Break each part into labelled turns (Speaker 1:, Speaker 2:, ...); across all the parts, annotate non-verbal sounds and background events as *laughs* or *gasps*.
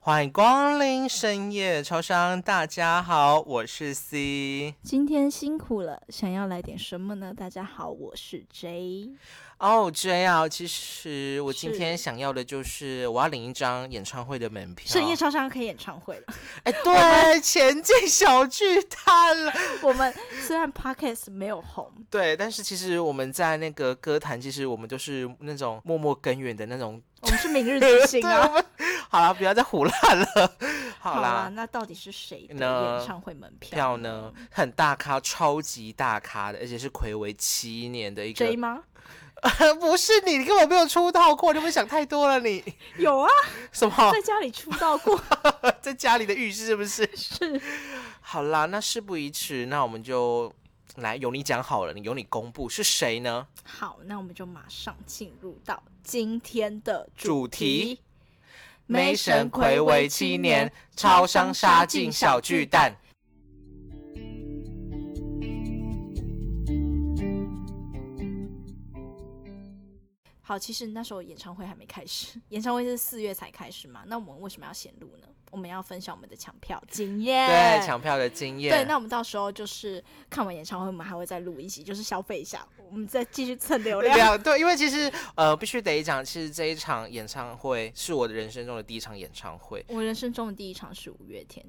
Speaker 1: 欢迎光临深夜超商，大家好，我是 C。
Speaker 2: 今天辛苦了，想要来点什么呢？大家好，我是 J。
Speaker 1: 哦、j 啊，其实我今
Speaker 2: 是
Speaker 1: 天想要的就是我要领一张演唱会的门票。
Speaker 2: 深夜超商开演唱会了。
Speaker 1: *laughs* 哎，对，前进小巨蛋了。
Speaker 2: 我们虽然 Podcast 没
Speaker 1: *laughs*
Speaker 2: 有红，
Speaker 1: 对，但是其实我们在那个歌坛，其实我们都是那种默默耕耘的那种。
Speaker 2: 我们是明日之星
Speaker 1: 对
Speaker 2: 啊。
Speaker 1: 我们好啦，不要再胡
Speaker 2: *laughs*
Speaker 1: 乱了。好啦，
Speaker 2: 啦，那到底是谁的
Speaker 1: 那
Speaker 2: 演唱会门票
Speaker 1: 票？呢很大咖，超级大咖的，而且是暌违七年的一个。
Speaker 2: J 吗？
Speaker 1: *laughs* 不是你，你根本没有出道过，你会想太多了你。 *laughs*
Speaker 2: 有啊，
Speaker 1: 什么
Speaker 2: 在家里出
Speaker 1: *laughs*
Speaker 2: 道过。
Speaker 1: 在家里的浴室是不是？
Speaker 2: 是
Speaker 1: *laughs* 好啦，那事不宜迟，那我们就来由你讲好了，你由你公布是谁呢？
Speaker 2: 好，那我们就马上进入到今天的
Speaker 1: 主
Speaker 2: 题
Speaker 1: 题。
Speaker 2: 梅神暌违七年，
Speaker 1: 超
Speaker 2: 超
Speaker 1: 商
Speaker 2: 商
Speaker 1: 杀
Speaker 2: 杀
Speaker 1: 进
Speaker 2: 进
Speaker 1: 小
Speaker 2: 小
Speaker 1: 巨
Speaker 2: 巨
Speaker 1: 蛋
Speaker 2: 蛋。好，其实那时候演唱会还没开始， *laughs* 演唱会是四月才开始嘛。那我们为什么要先录呢？我们要分享我们的抢票经验。
Speaker 1: 对，抢票的经验。
Speaker 2: 对，那我们到时候就是看完演唱会，我们还会再录一集，就是消费一下，我们再继续蹭流量。
Speaker 1: 两对，因啊为其实呃，必须得讲，其实这一场演唱会是我的人生中的第一场演唱会。
Speaker 2: 我人生中的第一场是五月天，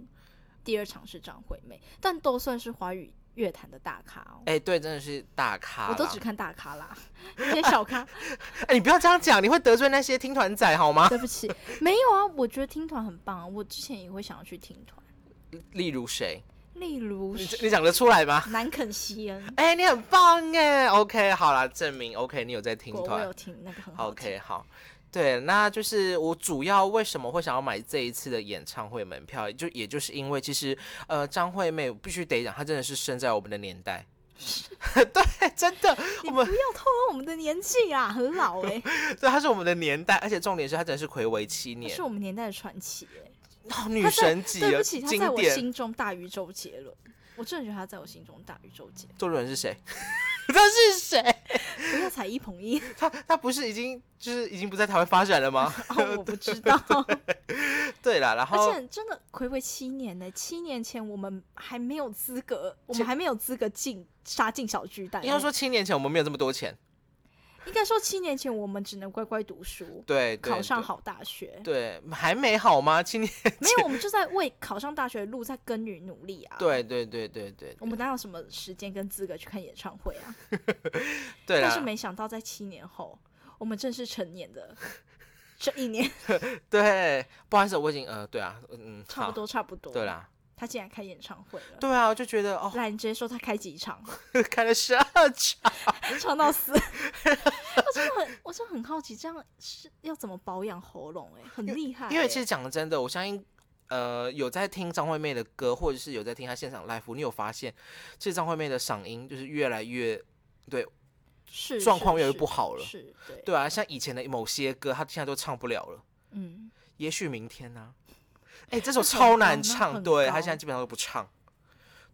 Speaker 2: 第二场是张惠妹，但都算是华语乐坛的大咖哦。
Speaker 1: 哎、对，真的是大咖啦。
Speaker 2: 我都只看大咖啦，那些小咖， *laughs*
Speaker 1: 哎、你不要这样讲，你会得罪那些听团仔好吗？ *laughs*
Speaker 2: 对不起，没有啊。我觉得听团很棒啊，我之前也会想要去听团，
Speaker 1: 例如谁？
Speaker 2: 例如
Speaker 1: 你
Speaker 2: 是
Speaker 1: 你讲得出来吗？
Speaker 2: 南肯西恩，
Speaker 1: 哎、你很棒哎，OK，好啦，证明 OK，你有在听
Speaker 2: 我我
Speaker 1: 团
Speaker 2: 有听那个很好听。哦
Speaker 1: ，OK，好，对，那就是我主要为什么会想要买这一次的演唱会门票，就也就是因为其实呃，张惠妹我必须得讲，她真的是生在我们的年
Speaker 2: *laughs*
Speaker 1: 代，对，真的，
Speaker 2: 你
Speaker 1: 我
Speaker 2: 不要
Speaker 1: 们
Speaker 2: 透露我们的年纪啊，很
Speaker 1: *laughs*
Speaker 2: 老哎、
Speaker 1: 对，她是我们的年代，而且重点是她真的是暌违七
Speaker 2: 她
Speaker 1: 年
Speaker 2: 是，我们年代的传奇哎、
Speaker 1: 哦，女
Speaker 2: 她在
Speaker 1: 神级
Speaker 2: 对
Speaker 1: 了，
Speaker 2: 不起，她在
Speaker 1: 经
Speaker 2: 我
Speaker 1: 典。
Speaker 2: 心中大于周杰伦，我真的觉得她在我心中大于周杰
Speaker 1: 周杰伦是谁？他是谁？
Speaker 2: 伦，不要踩一捧
Speaker 1: *laughs*
Speaker 2: 一，
Speaker 1: 他他不是已经就是已经不在台湾发展了
Speaker 2: *laughs*
Speaker 1: 吗？
Speaker 2: 哦，我不知
Speaker 1: *laughs*
Speaker 2: 道。
Speaker 1: 对啦，然
Speaker 2: 而
Speaker 1: 后
Speaker 2: 且真的暌违七年呢、七年前我们还没有资格，我
Speaker 1: 切
Speaker 2: 们还没有资格进杀进小巨蛋。
Speaker 1: 应该说，七年前我们没有这么多钱，
Speaker 2: 应该说七年前我们只能乖乖读书，
Speaker 1: 对，对
Speaker 2: 考上
Speaker 1: 对
Speaker 2: 好大学。
Speaker 1: 对，还没好吗？今年
Speaker 2: 没有，我们就在为考上大学的路在耕耘努力啊。，
Speaker 1: 对对对对对
Speaker 2: 我们哪有什么时间跟资格去看演唱会啊？
Speaker 1: 对
Speaker 2: 但是
Speaker 1: 啦，
Speaker 2: 没想到在七年后，我们正式成
Speaker 1: *laughs*
Speaker 2: 年的这一年，
Speaker 1: 对，不好意思，我已经呃，对啊，嗯，
Speaker 2: 差不
Speaker 1: 好，
Speaker 2: 多差不多。
Speaker 1: 对，啦，
Speaker 2: 他竟然开演唱会了。
Speaker 1: 对啊，我就觉得哦，
Speaker 2: 来，你直接说他开几场？
Speaker 1: *laughs* 开了十二场，
Speaker 2: 唱到死。 *laughs* 我真的很，我真的很好奇，这样是要怎么保养喉咙、欸？哎，很厉害欸、
Speaker 1: 因为其实讲真的，我相信。呃，有在听张惠妹的歌，或者是有在听她现场 live，你有发现，其实张惠妹的嗓音就是越来越
Speaker 2: 是
Speaker 1: 状况
Speaker 2: 是
Speaker 1: 越来越
Speaker 2: 是
Speaker 1: 不好了
Speaker 2: 是，对，
Speaker 1: 对啊，像以前的某些歌，她现在都唱不了了。
Speaker 2: 嗯，
Speaker 1: 也许明天
Speaker 2: *laughs*
Speaker 1: 呢、哎、这首
Speaker 2: 那很
Speaker 1: 超
Speaker 2: 高
Speaker 1: 难
Speaker 2: 那
Speaker 1: 唱，
Speaker 2: 很
Speaker 1: 对
Speaker 2: 高
Speaker 1: 他现在基本上都不唱。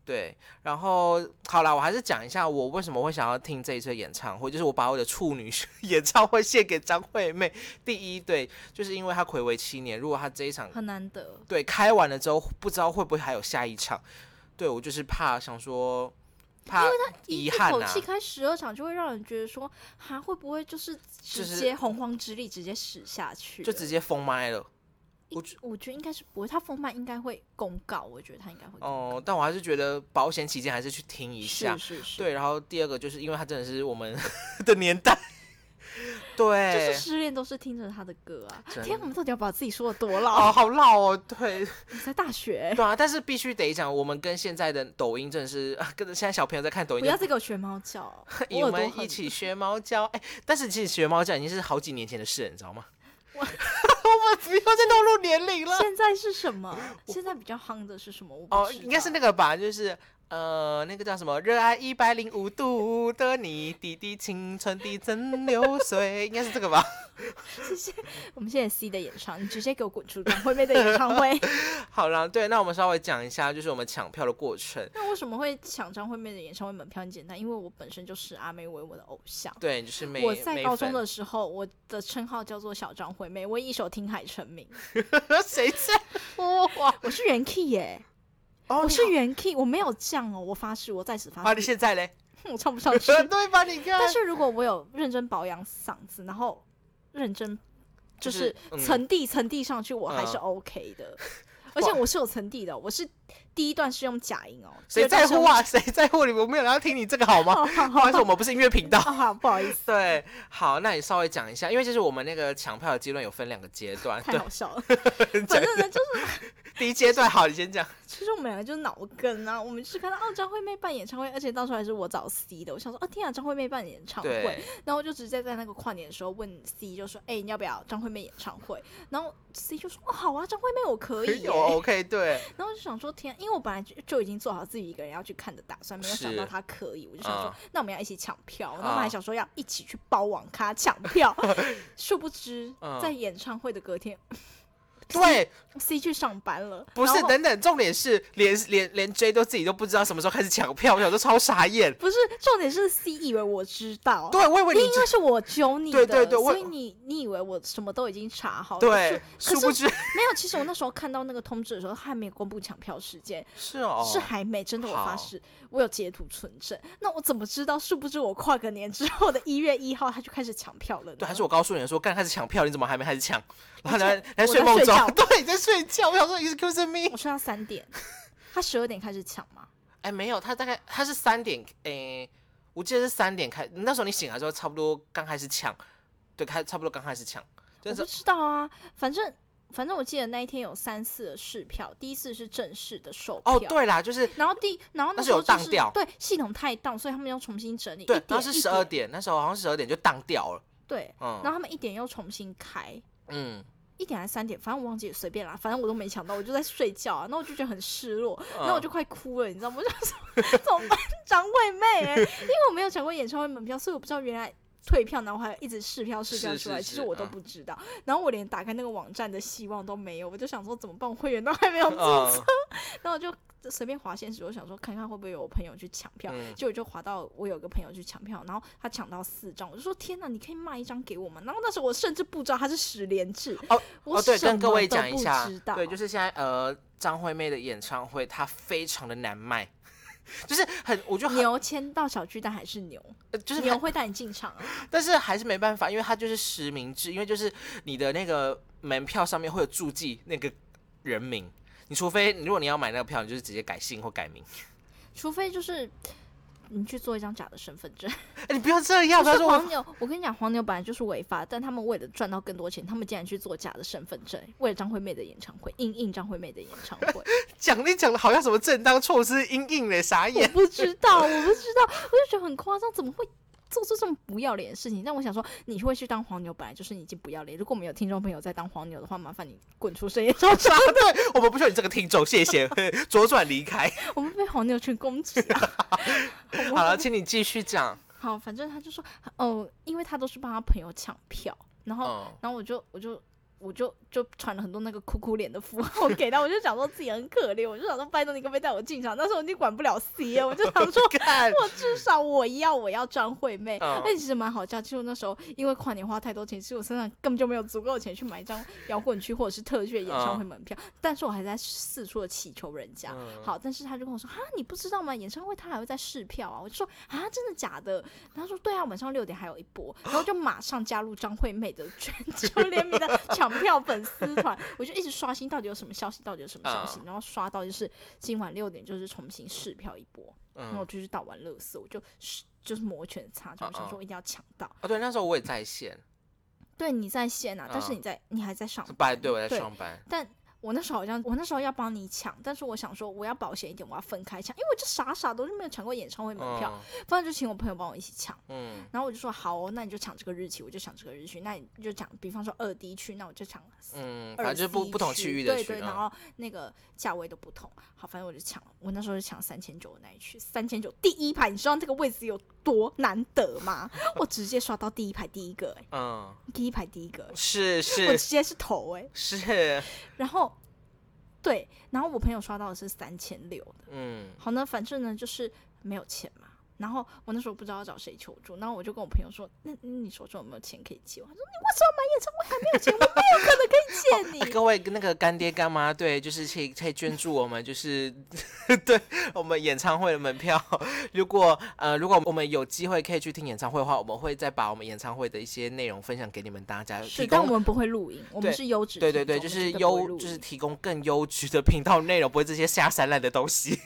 Speaker 1: 对，然后好啦，我还是讲一下我为什么会想要听这一次的演唱会，就是我把我的处女演唱会献给张惠妹。 *laughs* 第一，对，就是因为她暌违七年，如果她这一场
Speaker 2: 很难得。
Speaker 1: 对开完了之后，不知道会不会还有下一场。对我就是怕想说，怕
Speaker 2: 一
Speaker 1: 遗
Speaker 2: 一
Speaker 1: 憾啊
Speaker 2: 口
Speaker 1: 呐、
Speaker 2: 气开十二场，就会让人觉得说，哈，会不会就是
Speaker 1: 就
Speaker 2: 直
Speaker 1: 是
Speaker 2: 接洪荒之力直接使下去了？
Speaker 1: 就直接封麦了。
Speaker 2: 一
Speaker 1: 我觉
Speaker 2: 我觉得应该是不会，他封麦应该会公告，我觉得他应该会公
Speaker 1: 哦、但我还是觉得保险起见，还是去听一下
Speaker 2: 是。是是，
Speaker 1: 对，然后第二个就是因为他真的是我们 *laughs* 的年代，对，
Speaker 2: 就是失恋都是听着他的歌啊
Speaker 1: 真。
Speaker 2: 天啊，我们到底要把自己说的多老？
Speaker 1: 哦，好老哦，对
Speaker 2: 你在
Speaker 1: *laughs*
Speaker 2: 大学欸、
Speaker 1: 对啊，但是必须得讲，我们跟现在的抖音真的是，啊跟着现在小朋友在看抖音
Speaker 2: 不
Speaker 1: 真
Speaker 2: 要
Speaker 1: 的，
Speaker 2: 再给我学
Speaker 1: *laughs*
Speaker 2: 猫叫，我
Speaker 1: 我
Speaker 2: 耳朵
Speaker 1: 们一
Speaker 2: 很 *laughs*
Speaker 1: 起学猫叫，哎，但是其实学猫叫已经是好几年前的事了，你知道吗？ *laughs*
Speaker 2: 我
Speaker 1: 我们不要再透
Speaker 2: *laughs*
Speaker 1: 露年龄了。 *laughs*
Speaker 2: 现在是什么？现在比较夯的是什么？我
Speaker 1: 哦
Speaker 2: 不，知道
Speaker 1: 应该是那个吧，就是呃，那个叫什么？热爱一百零五度的你，滴滴青春的蒸馏水，应该是这个吧？
Speaker 2: 我们现在 C 的演唱，你直接给我滚出张惠妹的演
Speaker 1: *laughs*
Speaker 2: 唱会。
Speaker 1: 好啦，对，那我们稍微讲一下，就是我们抢票的过程。
Speaker 2: 那为什么会抢张惠妹的演唱会门票？很简单，因为我本身就是阿妹为我的偶像。
Speaker 1: 对，就是美
Speaker 2: 我在高中
Speaker 1: 美
Speaker 2: 的时候，我的称号叫做小张惠妹，我一首《听海成名》，
Speaker 1: 粉 *laughs* 谁在乎我？
Speaker 2: 我是原 key 耶、
Speaker 1: 哦，
Speaker 2: 我
Speaker 1: 你
Speaker 2: 是
Speaker 1: 好
Speaker 2: 原 key，我没有降哦，我发誓，我在此
Speaker 1: 啊，
Speaker 2: 发
Speaker 1: 你
Speaker 2: 誓，
Speaker 1: 现在嘞？
Speaker 2: *laughs* 我唱不上
Speaker 1: *laughs*
Speaker 2: 去。
Speaker 1: 对吧？你看，
Speaker 2: 但是如果我有认真保养嗓子，然后认真就
Speaker 1: 就是
Speaker 2: 是
Speaker 1: 嗯
Speaker 2: 层递层递上去，我还是
Speaker 1: 嗯
Speaker 2: OK
Speaker 1: *laughs*
Speaker 2: 的。而且我是有层递的哦，我是第一段是用假音哦。第
Speaker 1: 谁
Speaker 2: 二段
Speaker 1: 在
Speaker 2: 是用
Speaker 1: 乎
Speaker 2: *laughs*
Speaker 1: 啊？谁在乎你？我没有人要听你这个好吗？
Speaker 2: 哦？ *laughs* 好
Speaker 1: 不
Speaker 2: 好
Speaker 1: 好意思，我们不是音乐频道。
Speaker 2: 哦好，不好意
Speaker 1: *laughs*
Speaker 2: 思，
Speaker 1: 对，好，那你稍微讲一下，因为就是我们那个抢票的阶段有分两个阶段，
Speaker 2: 太
Speaker 1: 对， *laughs*
Speaker 2: 好笑了。反正呢，就是
Speaker 1: 第一阶段好，你先讲。
Speaker 2: 其实我们两个就是脑梗啊，我们就是看到哦张惠妹办演唱会，而且到时候还是我找 C 的，我想说哦天啊，张惠妹办演唱会，
Speaker 1: 对，
Speaker 2: 然后我就直接在那个跨年的时候问 C 就说：“哎、你要不要张惠妹演唱会？”然后 C 就说：“哦，好啊，张惠妹我可以耶。
Speaker 1: 哎有 OK，对，
Speaker 2: *laughs* 然后我就想说：“天啊、因为我本来就就已经做好自己一个人要去看的打算，没有想到
Speaker 1: 是
Speaker 2: 她可以，我就想说，
Speaker 1: 啊
Speaker 2: 那我们要一起抢票。然后
Speaker 1: 啊
Speaker 2: 我们还想说要一起去包网咖抢
Speaker 1: *laughs*
Speaker 2: 票，殊不知
Speaker 1: 嗯
Speaker 2: 在演唱会的隔天
Speaker 1: 对，
Speaker 2: ，C 去上班了。
Speaker 1: 不是
Speaker 2: 然，后
Speaker 1: 等等，重点是连连连 J 都自己都不知道什么时候开始抢票，我想说超傻眼。
Speaker 2: 不是重点是 C 以为我知道，
Speaker 1: 对，我以为
Speaker 2: 哦因
Speaker 1: 你
Speaker 2: 为是我揪你的，
Speaker 1: 对对对我
Speaker 2: 所以你你以为我什么都已经查好了，
Speaker 1: 对，
Speaker 2: 是可
Speaker 1: 殊
Speaker 2: 是
Speaker 1: 不知
Speaker 2: 没有，其实我那时候看到那个通知的时候，他还没有公布抢票时间，
Speaker 1: 是哦，
Speaker 2: 是还没。真的，我
Speaker 1: 好
Speaker 2: 发誓，我有截图存证。那我怎么知道？殊不知我跨个年之后的一月一号，他就开始抢票了呢。
Speaker 1: 对，还是我告诉你说，刚开始抢票，你怎么还没开始抢？然后来来
Speaker 2: 我
Speaker 1: 睡
Speaker 2: 在
Speaker 1: 梦
Speaker 2: 睡
Speaker 1: 中 *laughs*
Speaker 2: 觉，
Speaker 1: 对，你在睡觉。我想说，Excuse me，
Speaker 2: 我睡到三
Speaker 1: *laughs*
Speaker 2: 点，他十二点开始抢嘛。
Speaker 1: 哎，没有，他大概他是三点，哎，我记得是三点开，那时候你醒来之后，差不多刚开始抢，对，开差不多刚开始抢，
Speaker 2: 我
Speaker 1: 真
Speaker 2: 不
Speaker 1: 是
Speaker 2: 知道啊，反正反正我记得那一天有三次的试票，第一次是正式的售票。
Speaker 1: 哦，。对啦，就是
Speaker 2: 然后第，然后
Speaker 1: 那
Speaker 2: 那
Speaker 1: 是
Speaker 2: 时候
Speaker 1: 有
Speaker 2: 就
Speaker 1: 当
Speaker 2: 是
Speaker 1: 掉
Speaker 2: 对系统太荡，所以他们要重新整理。一
Speaker 1: 对，
Speaker 2: 点
Speaker 1: 当时
Speaker 2: 一
Speaker 1: 十二
Speaker 2: 点。
Speaker 1: 点，那时候好像十二点就当掉了，
Speaker 2: 对，然后
Speaker 1: 嗯
Speaker 2: 他们一点又重新开，
Speaker 1: 嗯，
Speaker 2: 一点还是三点，反正我忘记了，随便啦，反正我都没抢到，我就在睡
Speaker 1: *laughs*
Speaker 2: 觉啊，那我就觉得很失落，
Speaker 1: 嗯
Speaker 2: 然后我就快哭了，你知道吗？我 *laughs* 就说怎么办，张惠妹、欸，因为我没有抢过演唱会门票，所以我不知道原来。退票，然后还一直试票试票
Speaker 1: 是
Speaker 2: 出来，
Speaker 1: 是
Speaker 2: 其
Speaker 1: 是
Speaker 2: 实我都
Speaker 1: 嗯
Speaker 2: 不知道。然后我连打开那个网站的希望都没有，我就想说怎么办，我会员都还没有 *laughs* 注册，
Speaker 1: 嗯
Speaker 2: 然后我就随便划现实，我想说看看会不会有我朋友去抢票，
Speaker 1: 嗯
Speaker 2: 结果就划到我有个朋友去抢票，然后他抢到四张，我就说天哪，你可以卖一张给我吗？然后那时候我甚至不知道他是十连制
Speaker 1: 哦
Speaker 2: 我
Speaker 1: 哦，对，
Speaker 2: 什
Speaker 1: 跟
Speaker 2: 么
Speaker 1: 各位
Speaker 2: 都
Speaker 1: 讲一
Speaker 2: 不
Speaker 1: 下
Speaker 2: 知，道
Speaker 1: 对，就是现在呃，张惠妹的演唱会她非常的难卖， *laughs* 就是很，我觉得很
Speaker 2: 牛签到小巨蛋还是牛，
Speaker 1: 呃，就是
Speaker 2: 牛
Speaker 1: 很，
Speaker 2: 会带你进场啊，
Speaker 1: 但是还是没办法，因为它就是实名制，因为就是你的那个门票上面会有注记那个人名，你除非如果你要买那个票，你就是直接改姓或改名，
Speaker 2: 除非就是。你去做一张假的身份证，
Speaker 1: *laughs* 哎，你不要这
Speaker 2: *laughs*
Speaker 1: 样，
Speaker 2: 不
Speaker 1: 不要
Speaker 2: 是
Speaker 1: 说我
Speaker 2: 黄牛。我跟你讲，黄牛本来就是违法，但他们为了赚到更多钱，他们竟然去做假的身份证，为了张惠妹的演唱会，应应张惠妹的演唱会。
Speaker 1: 讲你讲的好像什么正当措施阴影嘞，傻
Speaker 2: 我
Speaker 1: 眼，
Speaker 2: 不知道，我不知道，我就觉得很夸张，怎么会做出这么不要脸的事情？但我想说，你会去当黄牛，本来就是你已经不要脸。如果我们有听众朋友在当黄牛的话，麻烦你滚出深夜超
Speaker 1: *laughs*
Speaker 2: 市，
Speaker 1: 啊，对，我们不需要你这个听众，谢谢， *laughs* 左转离 *laughs* 开，
Speaker 2: *laughs* 我们被黄牛群攻击啊！
Speaker 1: 好了，请你继续 *laughs* 讲，
Speaker 2: *laughs* 好，反正他就说，哦，因为他都是帮他朋友抢票，然后，
Speaker 1: 嗯。
Speaker 2: 然后我就，我就。我就就传了很多那个哭哭脸的符号给他，我就想说自己很可怜，我就想说拜托你可不可以带我进场？那时候我已经管不了 C 了，我就想说
Speaker 1: 看，
Speaker 2: 我至少我要我要张惠妹，
Speaker 1: 嗯
Speaker 2: 那、其实蛮好笑。其实我那时候因为跨年花太多钱，其实我身上根本就没有足够的钱去买一张摇滚区或者是特区的演唱会门票，但是我还在四处的祈求人家。
Speaker 1: 嗯
Speaker 2: 好，但是他就跟我说：“哈，你不知道吗？演唱会他还会在试票啊！”我就说：“啊，真的假的？”然后他说：“对啊，晚上六点还有一波。”
Speaker 1: *gasps*
Speaker 2: 然后就马上加入张惠妹的全球联名的 *laughs* 抢票粉丝团，我就一直刷新到底有什么消息，到底有什么消息，
Speaker 1: 嗯
Speaker 2: 然后刷到就是今晚六点就是重新试票一波。然后我
Speaker 1: 嗯，
Speaker 2: 就去倒完垃圾，我就是就是摩拳擦掌，我
Speaker 1: 嗯
Speaker 2: 想
Speaker 1: 嗯
Speaker 2: 说我一定要抢到。
Speaker 1: 哦，对，那时候我也在线，
Speaker 2: 对，你在线啊，但是
Speaker 1: 嗯
Speaker 2: 你在你还在上
Speaker 1: 是
Speaker 2: 班，
Speaker 1: 班，对，我在
Speaker 2: 对
Speaker 1: 上班，
Speaker 2: 但。我那时候好像我那时候要帮你抢，但是我想说我要保险一点，我要分开抢，因为我就傻傻的我就没有抢过演唱会门票，不然就请我朋友帮我一起抢。
Speaker 1: 嗯，
Speaker 2: 然后我就说好、哦，那你就抢这个日期，我就抢这个日期，那你就抢，比方说二 D 区，那我就抢
Speaker 1: 嗯嗯，
Speaker 2: 二
Speaker 1: 反
Speaker 2: C
Speaker 1: 正就是不不同区域的
Speaker 2: 对
Speaker 1: 区
Speaker 2: 对，然
Speaker 1: 啊。
Speaker 2: 后那个价位都不同。好，反正我就抢了，我那时候就抢三千九的那一区，三千九第一排，你知道那个位置有多难得吗？ *laughs* 我直接刷到第一排第一个、欸，
Speaker 1: 嗯，
Speaker 2: 第一排第一个、欸
Speaker 1: 是
Speaker 2: 我
Speaker 1: 是
Speaker 2: 直接是头哎、欸
Speaker 1: 是，
Speaker 2: 然后对，然后我朋友刷到的是三千六的。
Speaker 1: 嗯
Speaker 2: 好呢，反正呢就是没有钱嘛。然后我那时候不知道要找谁求助，然后我就跟我朋友说：“那那你手中有没有钱可以借我？”他说：“你为什么买演唱会还没有钱？我没有可能可以借你。
Speaker 1: 哎各位那个干爹干妈，对，就是可以可以捐助我们，就是 *laughs* 对我们演唱会的门票。如果呃，如果我们有机会可以去听演唱会的话，我们会再把我们演唱会的一些内容分享给你们大家，呃提
Speaker 2: 是，但
Speaker 1: 供
Speaker 2: 我们不会录音，我们
Speaker 1: 对
Speaker 2: 是优质
Speaker 1: 对
Speaker 2: 听众。
Speaker 1: 对对，
Speaker 2: 我
Speaker 1: 就
Speaker 2: 们
Speaker 1: 是
Speaker 2: 绝对不会
Speaker 1: 优，
Speaker 2: 录
Speaker 1: 就是
Speaker 2: 音
Speaker 1: 提供更优质的频道内容，不会这些下三滥的东西。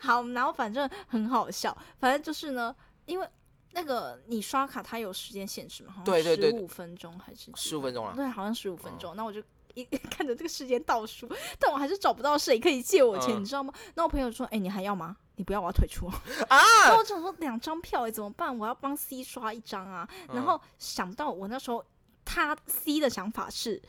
Speaker 2: 好，然后反正很好笑，反正就是呢，因为那个你刷卡它有时间限制嘛，好像
Speaker 1: 对对对
Speaker 2: 十五分钟还是几
Speaker 1: 15分钟啊
Speaker 2: 对，好像十五分钟。那、我就一 *laughs* 看着这个时间倒数，但我还是找不到谁可以借我钱，
Speaker 1: 嗯
Speaker 2: 你知道吗？那我朋友说：“哎、你还要吗？”你不要，我要退出啊！
Speaker 1: 啊
Speaker 2: 然后我想说两张票哎、怎么办？我要帮 C 刷一张啊！ *laughs*
Speaker 1: 嗯
Speaker 2: 然后想到我那时候他 C 的想法是。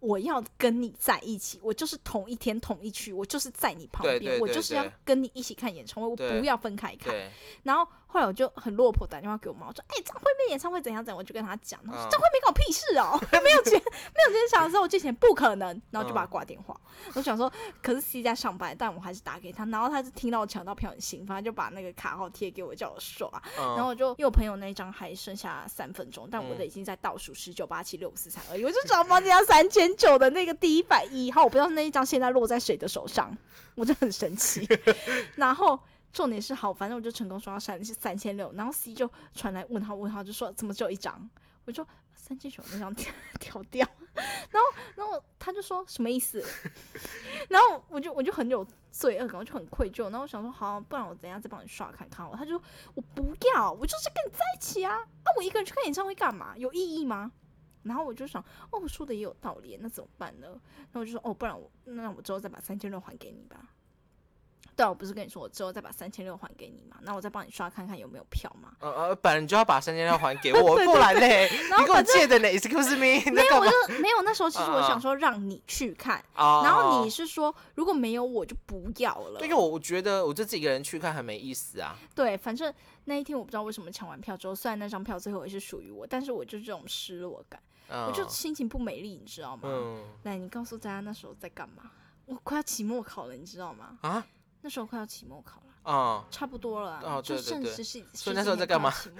Speaker 2: 我要跟你在一起，我就是同一天同一区，我就是在你旁
Speaker 1: 对
Speaker 2: 边，
Speaker 1: 对
Speaker 2: 我
Speaker 1: 对
Speaker 2: 就是要
Speaker 1: 对
Speaker 2: 跟你一起看演唱会，我
Speaker 1: 对
Speaker 2: 不要分开看。
Speaker 1: 嗯对，
Speaker 2: 然后后来我就很落魄打电话给我妈，我说：“哎、张惠妹演唱会怎样怎样？”我就跟她讲，她说：“
Speaker 1: 嗯
Speaker 2: 张惠妹关我屁事哦， *laughs* 没有钱，没有钱想的时候，我就想不可能。”然后就把
Speaker 1: 嗯
Speaker 2: 她挂电话。我想说，可是 C 在上班，但我还是打给她。然后她就听到我抢到票很兴奋，她就把那个卡号贴给我，叫我刷。
Speaker 1: 嗯，
Speaker 2: *laughs* 然后我就因为我朋友那一张还剩下三分钟，但我的已经在倒数十九八七六四三二一，我就找毛姐要三千九的那个第一百一号，我不知道那一张现在落在谁的手上，我就很神奇。然后重点是好，反正我就成功刷到三三千六，然后 C 就传来问号问号，就说怎么只有一张？我就三千九那张调调掉，然后然后他就说什么意思？ *laughs* 然后我就我就很有罪恶感，我就很愧疚，然后我想说好，不然我等一下再帮你刷看看哦。他就我不要，我就是跟你在一起啊！啊，我一个人去看演唱会干嘛？有意义吗？然后我就想，哦，说的也有道理，那怎么办呢？那我就说，哦，不然我那我之后再把三千六还给你吧。对啊，我不是跟你说我之后再把三千六还给你嘛？那我再帮你刷看看有没有票嘛？
Speaker 1: 呃呃，本来你就要把三千六还给我，
Speaker 2: 对对
Speaker 1: 不然嘞，
Speaker 2: 然
Speaker 1: 你
Speaker 2: 后
Speaker 1: 给我
Speaker 2: 反正
Speaker 1: 借的呢？Excuse me，你
Speaker 2: 没
Speaker 1: 在
Speaker 2: 有，
Speaker 1: 干
Speaker 2: 我
Speaker 1: 嘛？
Speaker 2: 就没有。那时候其实我
Speaker 1: 嗯嗯
Speaker 2: 想说让你去看，
Speaker 1: 哦
Speaker 2: 然后你，是说如果没有我就不要了。
Speaker 1: 对，因为我我觉得我就自己一个人去看很没意思啊。
Speaker 2: 对，反正那一天我不知道为什么抢完票之后，虽然那张票最后也是属于我，但是我就这种失落感，
Speaker 1: 嗯，
Speaker 2: 我就心情不美丽，你知道吗？
Speaker 1: 嗯
Speaker 2: 来，你告诉大家那时候在干嘛？我快要期末考了，你知道吗？
Speaker 1: 啊
Speaker 2: 那时候快要期末考了，
Speaker 1: 啊，
Speaker 2: 差不多了啊、
Speaker 1: 哦对
Speaker 2: 就
Speaker 1: 对
Speaker 2: 剩
Speaker 1: 对
Speaker 2: 十几。
Speaker 1: 所以
Speaker 2: 十
Speaker 1: 那
Speaker 2: 几
Speaker 1: 时候
Speaker 2: 天
Speaker 1: 在干
Speaker 2: 快要
Speaker 1: 嘛
Speaker 2: 期末？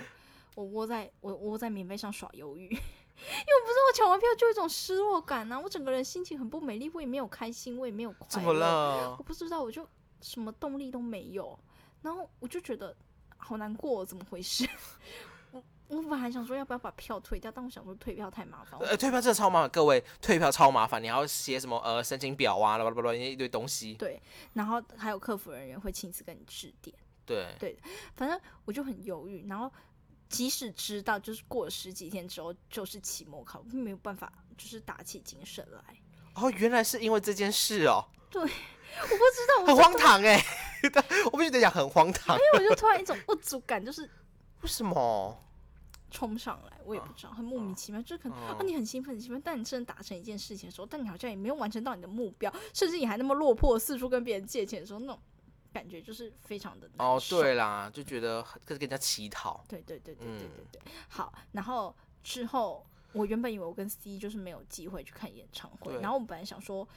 Speaker 2: 我窝在我窝在棉被上耍忧 *laughs* 郁，因为我不知道我抢完票就有一种失落感啊，我整个人心情很不美丽，我也没有开心，我也没有快乐。
Speaker 1: 怎么了
Speaker 2: 我？不知道，我就什么动力都没有，然后我就觉得好难过，哦怎么回事？ *laughs* 我我本来想说要不要把票退掉，但我想说退票太麻烦，我
Speaker 1: 呃，退票真的超麻烦，各位退票超麻烦，你还要写什么呃申请表啊，啦啦啦啦一堆东西。
Speaker 2: 对，然后还有客服人员会亲自跟你指点，
Speaker 1: 对，
Speaker 2: 反正我就很犹豫，然后。即使知道，就是过了十几天之后就是期末考，没有办法，就是打起精神来。 *laughs*
Speaker 1: 哦，原来是因为这件事哦，
Speaker 2: 我不知道，我
Speaker 1: 很
Speaker 2: 就
Speaker 1: 荒
Speaker 2: 突，
Speaker 1: 唐哎， *laughs* 我必须得讲很荒唐，
Speaker 2: 因为我就突然一种不足感，就是
Speaker 1: 为什么？
Speaker 2: 冲上来，我也
Speaker 1: 嗯
Speaker 2: 不知道，很莫名其妙，就是可能啊，你很兴奋，很兴奋，但你真的达成一件事情的时候，但你好像也没有完成到你的目标，甚至你还那么落魄，四处跟别人借钱的时候，那种感觉就是非常的难
Speaker 1: 哦，
Speaker 2: 受
Speaker 1: 对啦，就觉得跟跟人家乞讨，
Speaker 2: 对对对对对
Speaker 1: 嗯
Speaker 2: 对对。好，然后之后我原本以为我跟 C 就是没有机会去看演唱会
Speaker 1: 对，
Speaker 2: 然后我本来想说。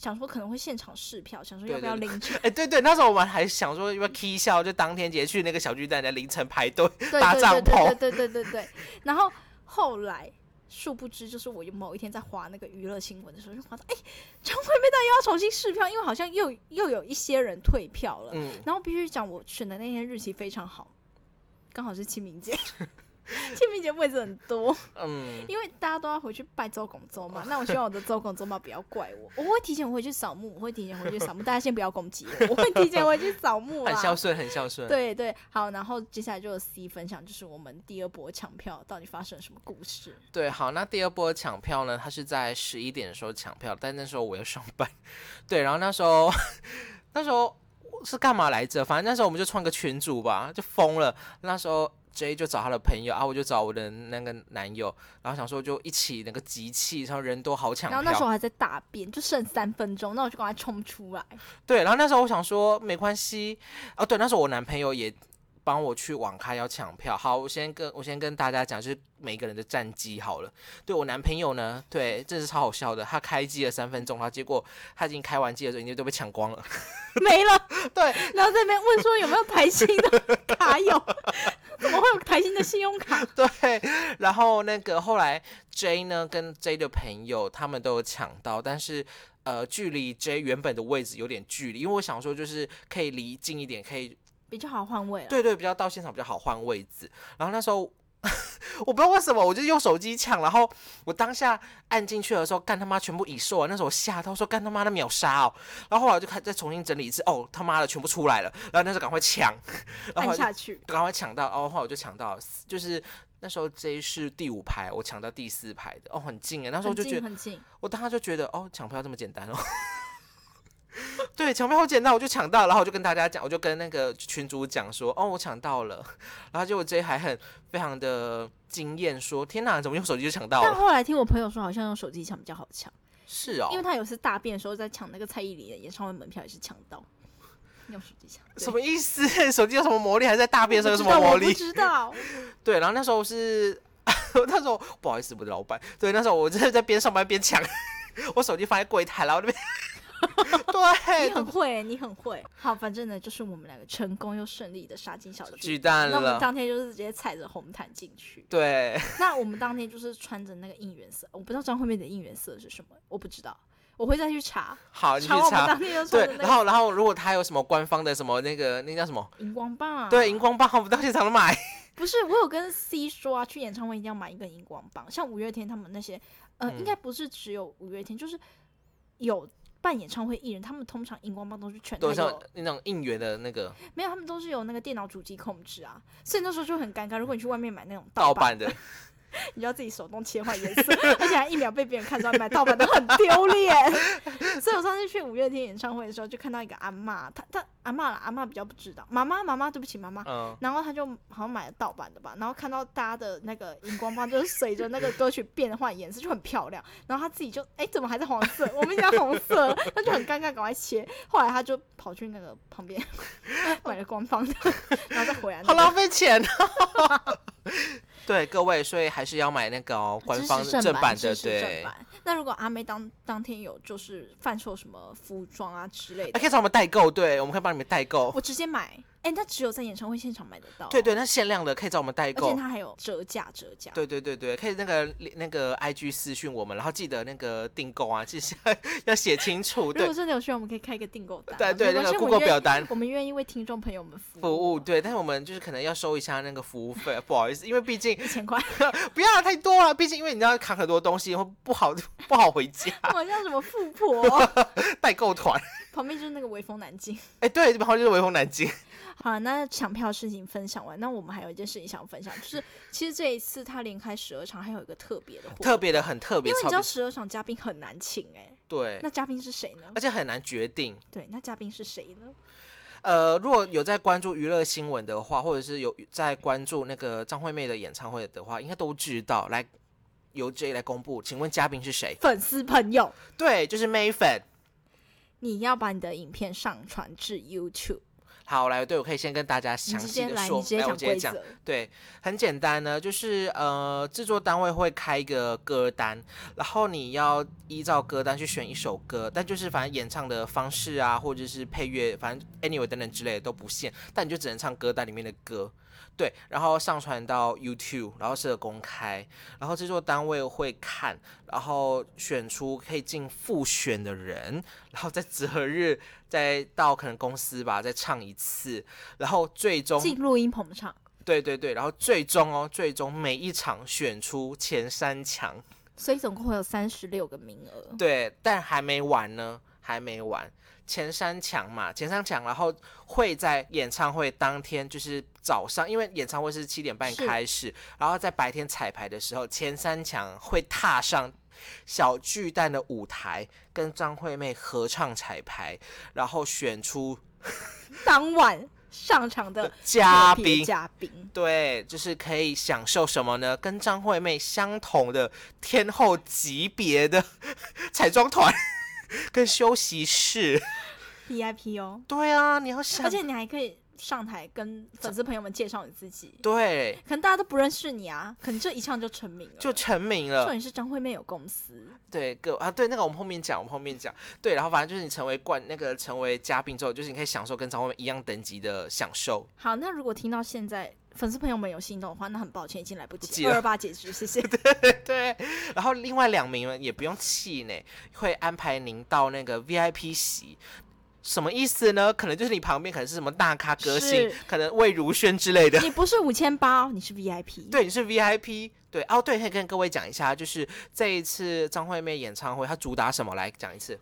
Speaker 2: 想说可能会现场试票，想说
Speaker 1: 对
Speaker 2: 要不要
Speaker 1: 对
Speaker 2: 凌
Speaker 1: *laughs*
Speaker 2: 晨？
Speaker 1: 哎、对对，那时候我们还想说要不要 k 笑，就当天直接去那个小巨蛋的凌晨排队。
Speaker 2: 对
Speaker 1: 搭帐
Speaker 2: 对对
Speaker 1: 篷
Speaker 2: 对对对对对对。然后后来，殊不知就是我有某一天在划那个娱乐新闻的时候，就划到哎，张惠妹到底要重新试票，因为好像又又有一些人退票了。 *laughs*
Speaker 1: 嗯，
Speaker 2: 然后必须讲，我选的那天日期非常好，刚好是清明节。 *laughs* 清明节位置很多，
Speaker 1: 嗯，
Speaker 2: 因为大家都要回去拜周公周
Speaker 1: 哦
Speaker 2: 嘛。那我希望我的周公周妈不要怪
Speaker 1: *laughs*
Speaker 2: 我，我会提前回去扫墓，我会提前回去扫墓。大家先不要攻击
Speaker 1: *laughs*
Speaker 2: 我，我会提前回去扫墓
Speaker 1: 很孝
Speaker 2: 啦。
Speaker 1: 顺，很孝顺。
Speaker 2: 对对，好，然后接下来就是 C 分享，就是我们第二波抢票到底发生了什么故事？
Speaker 1: 对，好，那第二波抢票呢，它是在十一点的时候抢票，但那时候我要上班。对，然后那时候 *laughs* 那时候是干嘛来着？反正那时候我们就创个群组吧，就疯了。那时候 J 就找他的朋友，啊，我就找我的那个男友，然后想说就一起那个集气，然后人多好抢
Speaker 2: 然
Speaker 1: 票。
Speaker 2: 后那时候我还在大便，就剩三分钟，那我就赶快冲
Speaker 1: *laughs*
Speaker 2: 出来。
Speaker 1: 对，然后那时候我想说没关系，哦，对，那时候我男朋友也帮我去网咖要抢票。好，我先跟我先跟大家讲，就是每个人的战绩好了。对我男朋友呢，对，这是超好笑的，他开机了三分钟，然后结果他已经开完机的时候，已经都被抢光了。 *laughs*
Speaker 2: 没了。
Speaker 1: 对，
Speaker 2: *laughs* 然后在那边问说有没有台新的卡友， *laughs* 怎么会有台新的信用卡？
Speaker 1: 对，然后那个后来 J 呢跟 J 的朋友他们都有抢到，但是呃，距离 J 原本的位置有点距离，因为我想说就是可以离近一点，可以
Speaker 2: 比较好换位了。
Speaker 1: 对对，比较到现场比较好换位置。然后那时候 *laughs* 我不知道为什么，我就用手机抢，然后我当下按进去的时候，干他妈全部已售啊！那时候我吓到说干他妈的秒杀哦。然后后来我就开再重新整理一次，哦他妈的全部出来了。然后那时候赶快抢，然后
Speaker 2: 按
Speaker 1: 后来
Speaker 2: 下去，
Speaker 1: 就赶快抢到，哦后来我就抢到，就是。那时候 J 是第五排，我抢到第四排的，哦，很近哎。那时候
Speaker 2: 很
Speaker 1: 我就觉
Speaker 2: 近
Speaker 1: 得，
Speaker 2: 很近，
Speaker 1: 我当时就觉得，哦，抢票这么简单哦。 *laughs* 对，抢票好简单，我就抢到，然后我就跟大家讲，我就跟那个群主讲说，哦，我抢到了，然后结果 J 还很非常的惊艳，说，天哪，怎么用手机就抢到
Speaker 2: 但
Speaker 1: 了？
Speaker 2: 后来听我朋友说，好像用手机抢比较好抢，
Speaker 1: 是哦
Speaker 2: 因，为他有次大便的时候在抢那个蔡依林的演唱会门票也是抢到，用手机抢。对
Speaker 1: 什么意思？手机有什么魔力？还是在大便的时候有什么
Speaker 2: 我
Speaker 1: 魔
Speaker 2: 不
Speaker 1: 力？
Speaker 2: 知道，
Speaker 1: *laughs*
Speaker 2: 我不知
Speaker 1: 对，然后那时候是， *laughs* 那时候不好意思，我的老板，对，那时候我真的在边上班边抢， *laughs* 我手机放在柜台，然后那边， *laughs*
Speaker 2: 道
Speaker 1: 对
Speaker 2: 你，很会、你很会。好，反正呢，就是我们两个成功又顺利的杀进小
Speaker 1: 巨
Speaker 2: 区。
Speaker 1: 蛋
Speaker 2: 那我们
Speaker 1: 了，
Speaker 2: 当天就是直接踩着红毯进去。
Speaker 1: 对。
Speaker 2: 那我们当天就是穿着那个应援色，我不知道张惠妹的应援色是什么，我不知道，我会再去查。
Speaker 1: 好，你去
Speaker 2: 查我们
Speaker 1: 查
Speaker 2: 当。天就穿
Speaker 1: 对
Speaker 2: *laughs* 的，那
Speaker 1: 然
Speaker 2: 个
Speaker 1: 后然后如果他有什么官方的什么那个那叫什么？
Speaker 2: 荧光棒啊。
Speaker 1: 对，荧。光棒，我们到现场都买。
Speaker 2: 不是，我有跟 C 说啊，去演唱会一定要买一根荧光棒，像五月天他们那些，呃，
Speaker 1: 嗯
Speaker 2: 应该不是只有五月天，就是有。办演唱会艺人，他们通常荧光棒都是全
Speaker 1: 都
Speaker 2: 台
Speaker 1: 像
Speaker 2: 有，
Speaker 1: 那种应援的那个
Speaker 2: 没有他们都是有那个电脑主机控制啊，所以那时候就很尴尬。如果你去外面买那种
Speaker 1: 嗯盗版
Speaker 2: 版，
Speaker 1: 的，
Speaker 2: 你就要自己手动切换颜色， *laughs* 而且还一秒被别人看到，买盗版都很
Speaker 1: *laughs*
Speaker 2: 丢脸。所以我上次去五月天演唱会的时候，就看到一个阿嬷，她她阿嬷啦，阿嬷比较不知道，妈妈妈妈，对不起妈妈。
Speaker 1: 嗯，
Speaker 2: *laughs* 然后她就好像买了盗版的吧，然后看到大家的那个荧光棒，就是随着那个歌曲变换颜色，就很漂亮。然后她自己就，哎，怎么还在黄色？我们已经在红色了，她就很尴尬，赶快切。后来她就跑去那个旁边 *laughs* 买了官方的，然后再回来、那
Speaker 1: 好
Speaker 2: 个。
Speaker 1: 浪费钱哦。 *laughs* 对各位，所以还是要买那个哦，官
Speaker 2: 支
Speaker 1: 方
Speaker 2: 持
Speaker 1: 的正版的，
Speaker 2: 支持
Speaker 1: *laughs*
Speaker 2: 哎正
Speaker 1: 对。
Speaker 2: 版。那如果阿妹当当天有就是贩售什么服装啊之类
Speaker 1: 哎，
Speaker 2: 的，
Speaker 1: 可以找我们代购，对，我们可以帮你们代购。
Speaker 2: 我直接买。哎、那只有在演唱会现场买得到。啊
Speaker 1: 对。对，那限量的可以找我们代
Speaker 2: 而且
Speaker 1: 购。
Speaker 2: 它还有折价，折价。
Speaker 1: 对对对对，可以那个那个 I G 私讯我们，然后记得那个订购啊，记得 *laughs* 要写清楚。
Speaker 2: 如
Speaker 1: 对
Speaker 2: 果真的有需要，我们可以开一个订购单啊。
Speaker 1: 对对，
Speaker 2: 没
Speaker 1: 那
Speaker 2: 关系
Speaker 1: 个
Speaker 2: 我
Speaker 1: Google
Speaker 2: 们愿
Speaker 1: 表单。
Speaker 2: 我们愿意为听众朋友们服
Speaker 1: 服务
Speaker 2: 务，
Speaker 1: 对，但是我们就是可能要收一下那个服务费， *laughs* 不好意思，因为毕竟
Speaker 2: 一
Speaker 1: *laughs*
Speaker 2: 千块。
Speaker 1: 不要太多了，毕竟因为你知道扛很多东西会不好 *laughs* 不好回家，
Speaker 2: 我们像什么富婆，
Speaker 1: 代购团，
Speaker 2: 旁边就是那个微风南京。
Speaker 1: 哎、对，然后就是微风南京，
Speaker 2: 好了，那抢票事情分享完，那我们还有一件事情想分享，就是其实这一次他连开十二场，还有一个特别的活动，
Speaker 1: *laughs* 特别的很特别，
Speaker 2: 因为你
Speaker 1: 超
Speaker 2: 知
Speaker 1: 级
Speaker 2: 道十二场嘉宾很难请哎、
Speaker 1: 对，呃
Speaker 2: 那嘉宾是谁呢
Speaker 1: 而？且很难决定。
Speaker 2: 对，那嘉宾是谁呢？
Speaker 1: 呃，如果有在关注娱乐新闻的话，或者是有在关注那个张惠妹的演唱会的话，应该都知道。来，由 J 来公布，请问嘉宾是谁？
Speaker 2: 粉丝朋友，
Speaker 1: 对，就是 May 粉。
Speaker 2: 你要把你的影片上传至 YouTube，
Speaker 1: 好，来，对我可以先跟大家
Speaker 2: 你
Speaker 1: 详
Speaker 2: 直
Speaker 1: 细
Speaker 2: 接
Speaker 1: 的
Speaker 2: 来，
Speaker 1: 说
Speaker 2: 你直，接
Speaker 1: 来，我
Speaker 2: 讲
Speaker 1: 直接
Speaker 2: 规
Speaker 1: 讲。
Speaker 2: 则。
Speaker 1: 对，很简单呢，就是呃，制作单位会开一个歌单，然后你要依照歌单去选一首歌，但就是反正演唱的方式啊，或者是配乐，反正 anyway 等等之类的都不限，但你就只能唱歌单里面的歌。对，然后上传到 YouTube，然后设公开，然后制作单位会看，然后选出可以进复选的人，然后在择日再到可能公司吧，再唱一次，然后最终
Speaker 2: 进录音棚唱，
Speaker 1: 对对对，然后最终哦，最终每一场选出前三强。
Speaker 2: 所以总共会有三十六个名额。
Speaker 1: 对，但还没完呢，还没完。前三强嘛，前三强，然后会在演唱会当天，就是早上，因为演唱会是七点半
Speaker 2: 是
Speaker 1: 开始，然后在白天彩排的时候，前三强会踏上小巨蛋的舞台，跟张惠妹合唱彩排，然后选出
Speaker 2: 当晚上场的
Speaker 1: 嘉
Speaker 2: 特别
Speaker 1: 宾。
Speaker 2: 嘉宾，
Speaker 1: 对，就是可以享受什么呢？跟张惠妹相同的天后级别的 *laughs* 彩妆团跟休息室。
Speaker 2: VIP 哦，
Speaker 1: 对啊，你要想，
Speaker 2: 而且你还可以上台跟粉丝朋友们介绍你自己，
Speaker 1: 对，
Speaker 2: 可能大家都不认识你啊，可能这一唱就成名了。
Speaker 1: 就成名
Speaker 2: 重
Speaker 1: 了。
Speaker 2: 点是张惠妹有公司，
Speaker 1: 对，各啊，对，那个我们后面讲，我们后面讲。对，然后反正就是你成为冠那个成为嘉宾之后，就是你可以享受跟张惠妹一样等级的享受。
Speaker 2: 好，那如果听到现在粉丝朋友们有心动的话，那很抱歉，已经来不及
Speaker 1: 及
Speaker 2: 了。
Speaker 1: 了
Speaker 2: 二二八截止，谢谢。
Speaker 1: *laughs* 对，然后另外两名呢也不用气馁，会安排您到那个 VIP 席。什么意思呢？可能就是你旁边可能是什么大咖歌星
Speaker 2: 是，
Speaker 1: 可能魏如萱之类的。 *laughs*
Speaker 2: 你不是五千八，哦你是 VIP。，
Speaker 1: 啊对，你是 VIP。对，哦，对，可以跟各位讲一下，就是这一次张惠妹演唱会，她主打什么？来讲一次。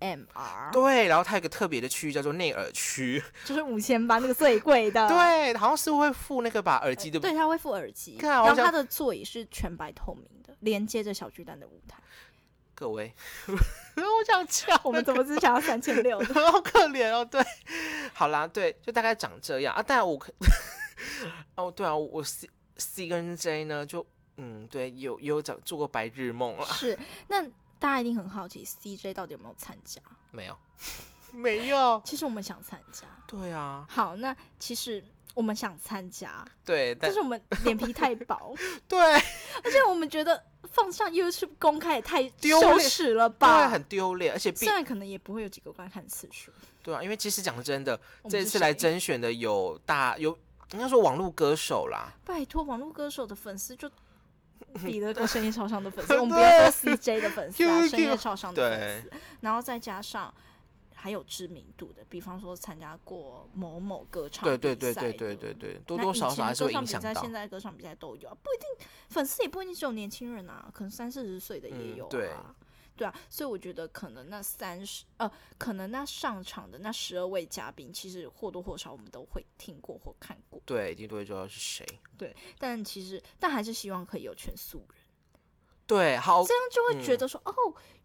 Speaker 2: ASMR
Speaker 1: 对，然后它有一个特别的区域叫做内耳区，
Speaker 2: 就是五千八那个最贵的，
Speaker 1: 对，啊好像是会附那个吧耳机，对不对？
Speaker 2: 呃对，他会附耳机，
Speaker 1: 看啊
Speaker 2: 然
Speaker 1: 我
Speaker 2: 后
Speaker 1: 想
Speaker 2: 他的座椅是全白透明的，连接着小巨蛋的舞台。
Speaker 1: 各位， *laughs* 我想叫
Speaker 2: 我们怎么只想要三千六的？
Speaker 1: *laughs* 好可怜哦，对， *laughs* 好啦，对，就大概长这样啊。当然我可， *laughs* 哦，对啊，我 C C 跟 J 呢，就嗯，对，有有长做过白日梦啦，
Speaker 2: 是，那大家一定很好奇 CJ 到底有没有参加？
Speaker 1: 没有， *laughs* 没有，
Speaker 2: 其实我们想参加。
Speaker 1: 对啊，
Speaker 2: 好，那其实我们想参加，
Speaker 1: 对，
Speaker 2: 但
Speaker 1: 但
Speaker 2: 是我们脸皮太薄， *laughs*
Speaker 1: 对，
Speaker 2: 而且我们觉得放上 YouTube 公开也太
Speaker 1: 丢
Speaker 2: 羞
Speaker 1: 脸
Speaker 2: 耻了
Speaker 1: 对，
Speaker 2: 吧？
Speaker 1: 很丢脸，而且毕
Speaker 2: 虽然可能也不会有几个观看次数。
Speaker 1: 对啊，因为其实讲真的，
Speaker 2: 我们
Speaker 1: 这
Speaker 2: 是
Speaker 1: 一次来
Speaker 2: 谁，
Speaker 1: 甄选的有大有，应该说网络歌手啦，
Speaker 2: 拜托网络歌手的粉丝
Speaker 1: *laughs*
Speaker 2: 就比得过深夜超商的粉丝，我们不
Speaker 1: 对
Speaker 2: 要说 CJ 的粉丝啊，
Speaker 1: Q Q
Speaker 2: 深夜超商的粉
Speaker 1: 对
Speaker 2: 丝，然后再加上。还有知名度的，比方说参加过某某歌唱
Speaker 1: 对对
Speaker 2: 比
Speaker 1: 对
Speaker 2: 赛
Speaker 1: 对
Speaker 2: 的
Speaker 1: 对对对，多
Speaker 2: 那
Speaker 1: 多
Speaker 2: 以
Speaker 1: 少
Speaker 2: 前
Speaker 1: 少
Speaker 2: 的
Speaker 1: 还是会
Speaker 2: 歌唱
Speaker 1: 影
Speaker 2: 比
Speaker 1: 响
Speaker 2: 赛
Speaker 1: 到
Speaker 2: 现。在的歌唱比赛都有啊，不一定粉丝也不一定只有年轻人啊，可能三四十岁的也
Speaker 1: 嗯
Speaker 2: 有啊。
Speaker 1: 对
Speaker 2: 对啊，所以我觉得可能那三十呃，可能那上场的那十二位嘉宾，其实或多或少我们都会听过或看过，
Speaker 1: 对，一定都会知道是谁。
Speaker 2: 但其实但还是希望可以有全素人，
Speaker 1: 对，好
Speaker 2: 这样就会觉
Speaker 1: 嗯
Speaker 2: 得说、哦，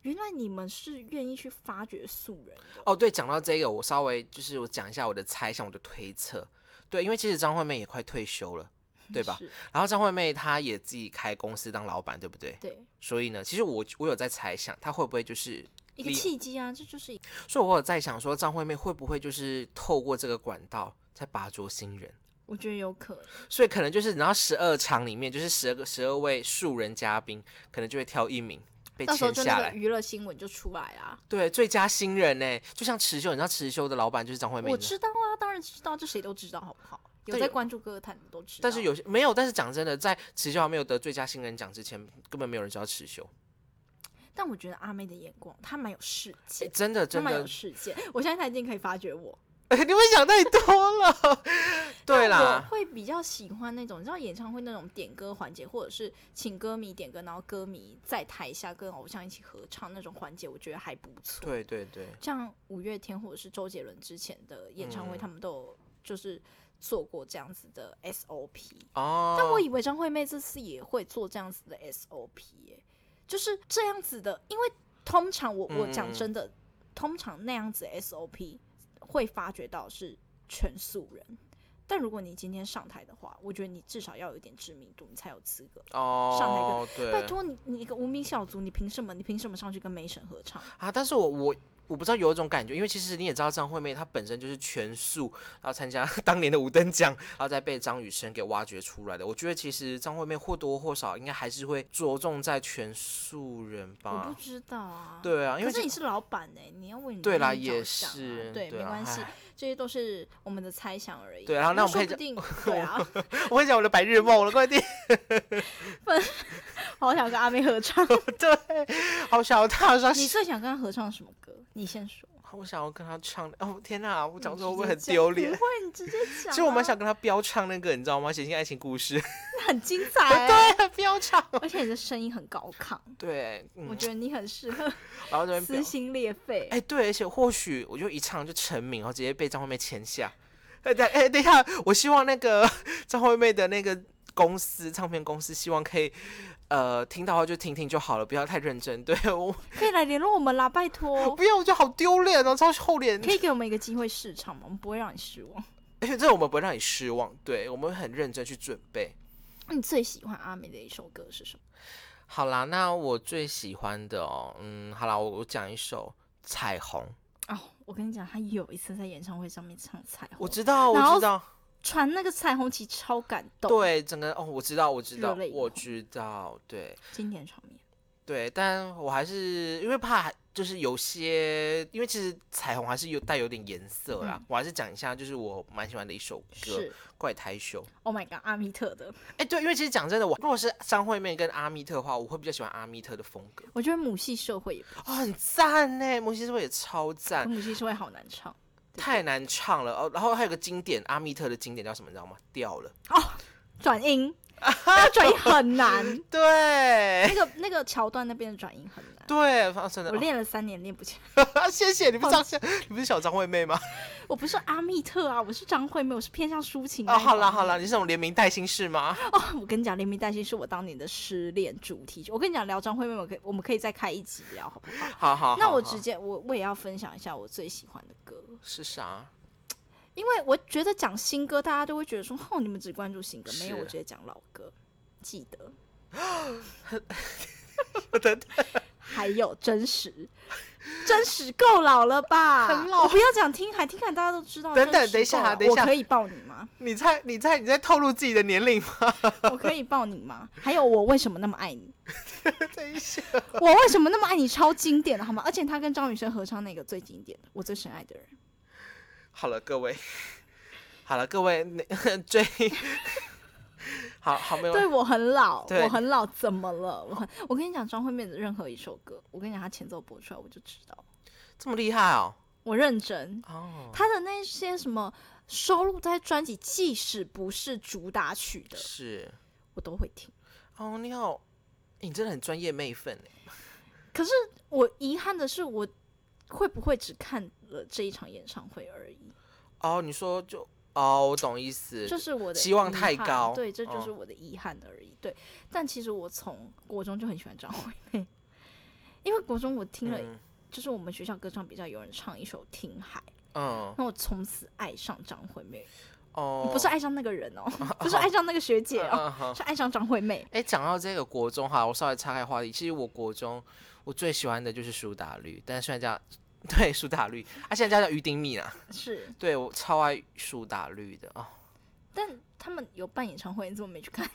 Speaker 2: 原来你们是愿意去发掘素人的。
Speaker 1: 哦。对，讲到这个，我稍微就是我讲一下我的猜想，我的推测。对，因为其实张惠妹也快退休了，对吧
Speaker 2: 是？
Speaker 1: 然后张惠妹她也自己开公司当老板，对不对？
Speaker 2: 对，
Speaker 1: 所以呢，其实我我有在猜想，她会不会就是，
Speaker 2: 一个
Speaker 1: 利
Speaker 2: 契机啊，这就是一个
Speaker 1: 所以我有在想说，张惠妹会不会就是透过这个管道在拔擢新人？
Speaker 2: 我觉得有可能。
Speaker 1: 所以可能就是，然后十二场里面就是十二个十二位素人嘉宾，可能就会挑一名被
Speaker 2: 到时候
Speaker 1: 签
Speaker 2: 就
Speaker 1: 下
Speaker 2: 那个
Speaker 1: 来。
Speaker 2: 娱乐新闻就出来啊啦、
Speaker 1: 对，最佳新人呢，就像池秀，你知道池秀的老板就是张惠妹
Speaker 2: 我
Speaker 1: 吗，
Speaker 2: 知道啊，当然知道，这谁都知道，好不好？有
Speaker 1: 对
Speaker 2: 在
Speaker 1: 有
Speaker 2: 关注歌坛的都知道。
Speaker 1: 但是有些没有，但是讲真的，在池秀还没有得最佳新人奖之前，根本没有人知道池秀。
Speaker 2: 但我觉得阿妹的眼光，她蛮有世
Speaker 1: 诶
Speaker 2: 界，
Speaker 1: 真的哎
Speaker 2: 她
Speaker 1: 真
Speaker 2: 蛮
Speaker 1: 的
Speaker 2: 有，世界。我相信她一定可以发掘我。
Speaker 1: *laughs* 你们想太多了。对
Speaker 2: 我
Speaker 1: 啦，
Speaker 2: 会比较喜欢那种，你知道演唱会那种点歌环节，或者是请歌迷点歌，然后歌迷在台下跟偶像一起合唱那种环节，我觉得还不错。
Speaker 1: 对对对，
Speaker 2: 像五月天或者是周杰伦之前的演唱会，
Speaker 1: 嗯
Speaker 2: 他们都有就是做过这样子的 SOP。
Speaker 1: 哦。
Speaker 2: 但我以为张惠妹这次也会做这样子的 SOP，、耶，就是这样子的，因为通常我我
Speaker 1: 嗯嗯
Speaker 2: 讲
Speaker 1: 嗯
Speaker 2: 真的，通常那样子的 SOP 会发觉到是全素人。但如果你今天上台的话，我觉得你至少要有一点知名度，你才有资格。
Speaker 1: 哦，对，
Speaker 2: 拜托你，你一个无名小卒，你凭什么？你凭什么上去跟梅婶合唱？
Speaker 1: 啊，但是我我我不知道有一种感觉，因为其实你也知道张惠妹她本身就是全素，然后参加 *laughs* 当年的五等奖，然后再被张雨生给挖掘出来的。我觉得其实张惠妹或多或少应该还是会着重在全素人
Speaker 2: 我不
Speaker 1: 吧。
Speaker 2: 知道啊。
Speaker 1: 对啊，因
Speaker 2: 可
Speaker 1: 为
Speaker 2: 是
Speaker 1: 其
Speaker 2: 你是老板哎、你要为你
Speaker 1: 对啦
Speaker 2: 生意着
Speaker 1: 也
Speaker 2: 想啊
Speaker 1: 是
Speaker 2: 对，
Speaker 1: 对
Speaker 2: 没
Speaker 1: 啊
Speaker 2: 关系
Speaker 1: 唉，
Speaker 2: 这些都是我们的猜想而已。
Speaker 1: 对然啊后那我们
Speaker 2: 说
Speaker 1: 可以
Speaker 2: 不定，
Speaker 1: *laughs*
Speaker 2: 对啊，
Speaker 1: 我跟你讲我的白日梦了，快点， *laughs*
Speaker 2: 好想跟
Speaker 1: *laughs*
Speaker 2: 阿妹合唱。
Speaker 1: 好想要踏上
Speaker 2: 你最想跟她合唱什么歌？你先说。
Speaker 1: 我想要跟他唱，哦天哪，我 *laughs* 讲
Speaker 2: 嗯你
Speaker 1: 出会
Speaker 2: 直
Speaker 1: 不会
Speaker 2: 接
Speaker 1: 很
Speaker 2: 讲
Speaker 1: 丢脸
Speaker 2: 不？会，你直接讲、啊。
Speaker 1: 其实我蛮想跟他飙唱那个，你知道吗？写进爱情故事，
Speaker 2: 很精彩、
Speaker 1: *laughs*
Speaker 2: 欸，
Speaker 1: 对，飙唱，
Speaker 2: 而且你的声音很高亢，
Speaker 1: 对，
Speaker 2: 我
Speaker 1: 嗯，
Speaker 2: 觉得你很适合
Speaker 1: 然后这边飙
Speaker 2: 撕，心裂肺。
Speaker 1: 哎、对，而且或许我就一唱就成名，然后直接被张惠妹签下。哎，等哎，等一下，我希望那个 *laughs* 张惠妹的那个公司，唱片公司，希望可以呃听到的话就听听就好了，不要太认真。 *laughs* 对我
Speaker 2: 可以来联络我们啦，拜托。
Speaker 1: 不要，我觉得好丢脸哦，超厚脸。
Speaker 2: 可以给我们一个机会试唱吗？我们不会让你失望。
Speaker 1: 而且这我们不会让你失望，对我们会很认真去准备。
Speaker 2: 那你最喜欢阿美的一首歌是什么？
Speaker 1: 好啦，那我最喜欢的哦，嗯，好啦，我我讲一首《彩虹》，
Speaker 2: 哦，我跟你讲，他有一次在演唱会上面唱彩虹，
Speaker 1: 我知道，
Speaker 2: 然
Speaker 1: 我
Speaker 2: 后
Speaker 1: 知道，
Speaker 2: 传那个彩虹旗超感动，，
Speaker 1: 对，整个哦，我知道，我知
Speaker 2: 热
Speaker 1: 道
Speaker 2: 泪，盈
Speaker 1: 我
Speaker 2: 眶
Speaker 1: 知道，对。
Speaker 2: 经典场面。
Speaker 1: 对，但我还是因为怕，就是有些，因为其实彩虹还是有带有点颜色啦。我还是讲一下，就是我蛮喜欢的一首歌《
Speaker 2: 嗯是
Speaker 1: 怪胎秀》。
Speaker 2: ，Oh my god，阿密特的，
Speaker 1: 哎，对，因为其实讲真的，我如果是张惠妹跟阿密特的话，我会比较喜欢阿密特的风格，
Speaker 2: 我觉得母系社会也不
Speaker 1: 哦、很赞呢。摩西是不是也超
Speaker 2: 可
Speaker 1: 赞？
Speaker 2: 母系社会好难唱，对
Speaker 1: 太难唱了哦。然后还有个经典阿密特的经典叫什么，你知道吗？掉了。*laughs*
Speaker 2: 转音，那个转音很难，
Speaker 1: 对
Speaker 2: 那个那个桥段那边的转音很难。
Speaker 1: *laughs* 对，发哎生的
Speaker 2: 我。练了三年练不起来，
Speaker 1: 哦 *laughs* 谢谢你不是张，你不是小张惠妹吗？
Speaker 2: 我不是阿密特啊，我是张惠妹，我是偏向抒情那
Speaker 1: 哦，
Speaker 2: 一
Speaker 1: 好啦
Speaker 2: 方
Speaker 1: 好啦，
Speaker 2: 面
Speaker 1: 你是那种连名带姓是吗？
Speaker 2: 哦， *laughs* 我跟你讲，《连名带姓》是我当年的失恋主题曲。我跟你讲，聊张惠妹，我可以我们可以再开一集聊，好不好？
Speaker 1: 好好好，
Speaker 2: 那我
Speaker 1: 好
Speaker 2: 直接我我也要分享一下我最喜欢的歌，
Speaker 1: 是啥？
Speaker 2: 因为我觉得讲新歌，大家都会觉得说，哦，你们只关注新歌，没有，
Speaker 1: 是
Speaker 2: 我直接讲老歌，
Speaker 1: *laughs*
Speaker 2: 记得。还有真实，真实够老了吧？
Speaker 1: 很老
Speaker 2: 我不要讲听海，听海大家都知道。
Speaker 1: 等等
Speaker 2: 真实
Speaker 1: 等一下
Speaker 2: 够老
Speaker 1: 等一下
Speaker 2: 我可以抱你吗？
Speaker 1: 你在你在你在透露自己的年龄吗？
Speaker 2: 我可以抱你吗？还有我为什么那么爱你？
Speaker 1: *laughs* 等一下，
Speaker 2: 我为什么那么爱你？超经典的好吗？而且他跟张雨生合唱那个最经典的，我最深爱的人。
Speaker 1: *laughs* 好了，各位，好了，各位，那追， *laughs* 好好没有，
Speaker 2: 对我很老，
Speaker 1: 对
Speaker 2: 我很老，怎么了？我很，我跟你讲，张惠妹的任何一首歌，我跟你讲，她前奏播出来我就知道，
Speaker 1: 这么厉害哦，
Speaker 2: 我认真。
Speaker 1: 哦，
Speaker 2: 她的那些什么收录在专辑，即使不是主打曲的，
Speaker 1: 是
Speaker 2: 我都会听。
Speaker 1: 哦，你好，欸你真的很专业妹粉欸
Speaker 2: 可是我遗憾的是，我会不会只看了这一场演唱会而已？
Speaker 1: 哦，你说就哦，我懂意思，
Speaker 2: 这是我的
Speaker 1: 期望
Speaker 2: 遗
Speaker 1: 太
Speaker 2: 憾
Speaker 1: 高
Speaker 2: 对，这就是
Speaker 1: 嗯
Speaker 2: 我的遗憾而已。对，但其实我从国中就很喜欢张惠妹， *laughs* 因为国中我听了，
Speaker 1: 嗯
Speaker 2: 就是我们学校歌唱比较有人唱一首《听海》，
Speaker 1: 嗯
Speaker 2: 那我从此爱上张惠妹，
Speaker 1: 哦，
Speaker 2: 不是爱上那个
Speaker 1: *laughs*
Speaker 2: 人哦，不是爱上那个学姐哦，
Speaker 1: 嗯好
Speaker 2: 是爱上张惠妹。
Speaker 1: 哎，讲到这个国中哈，我稍微岔开话题。其实我国中我最喜欢的就是苏打绿，但是现在叫 *laughs* 对苏打绿，啊，现在叫叫于丁蜜啦。
Speaker 2: 是，
Speaker 1: 对我超爱苏打绿的哦，
Speaker 2: 但他们有办演唱会，你怎么没去看？ *laughs*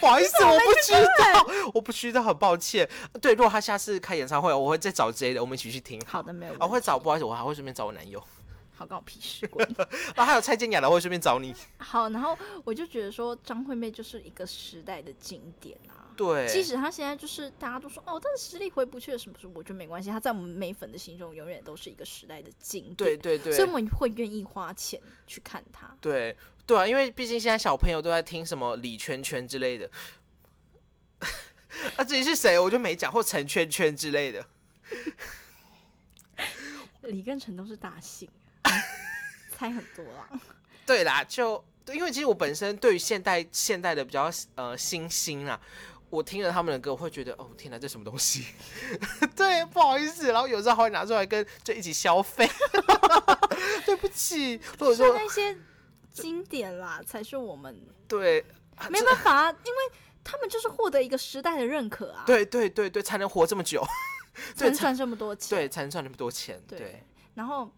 Speaker 1: 不好意思，我不知道，我不知道，很抱歉。对，如果他下次开演唱会，我会再找 J 的，我们一起去听。
Speaker 2: 好的，没有问题。
Speaker 1: 啊，我会找，不好意思，我还会顺便找我男友，
Speaker 2: 好，关我屁事。滚
Speaker 1: 然后还有蔡健雅的，我会顺便找你。
Speaker 2: *laughs* 好，然后我就觉得说，张惠妹就是一个时代的经典啊。
Speaker 1: 对，
Speaker 2: 即使他现在就是大家都说哦，但是实力回不去了什么什么，我觉得没关系。他在我们美粉的心中永远都是一个时代的经
Speaker 1: 对
Speaker 2: 典，
Speaker 1: 对对，
Speaker 2: 所以我们会愿意花钱去看他。
Speaker 1: 对对啊，因为毕竟现在小朋友都在听什么李圈圈之类的， *laughs* 啊，至于是谁我就没讲，或陈圈圈之类的。
Speaker 2: 李根成都是大
Speaker 1: *laughs*
Speaker 2: 姓，猜很多啦。
Speaker 1: 对啦，就对，因为其实我本身对于现代现代的比较呃新兴啊，我听了他们的歌，我会觉得哦天哪，这什么东西？ *laughs* 对，不好意思，然后有时候还会拿出来跟就一起消费。 *laughs* 对不起，或者
Speaker 2: 是
Speaker 1: 说
Speaker 2: 那些经典啦，才是我们
Speaker 1: 对，啊
Speaker 2: 没
Speaker 1: 这
Speaker 2: 办法、啊，因为他们就是获得一个时代的认可啊，
Speaker 1: 对对对对，才能活这么久， *laughs*
Speaker 2: 才
Speaker 1: 对
Speaker 2: 能赚这么多钱。
Speaker 1: 对，才能赚那么多钱。
Speaker 2: 对
Speaker 1: 对，
Speaker 2: 然后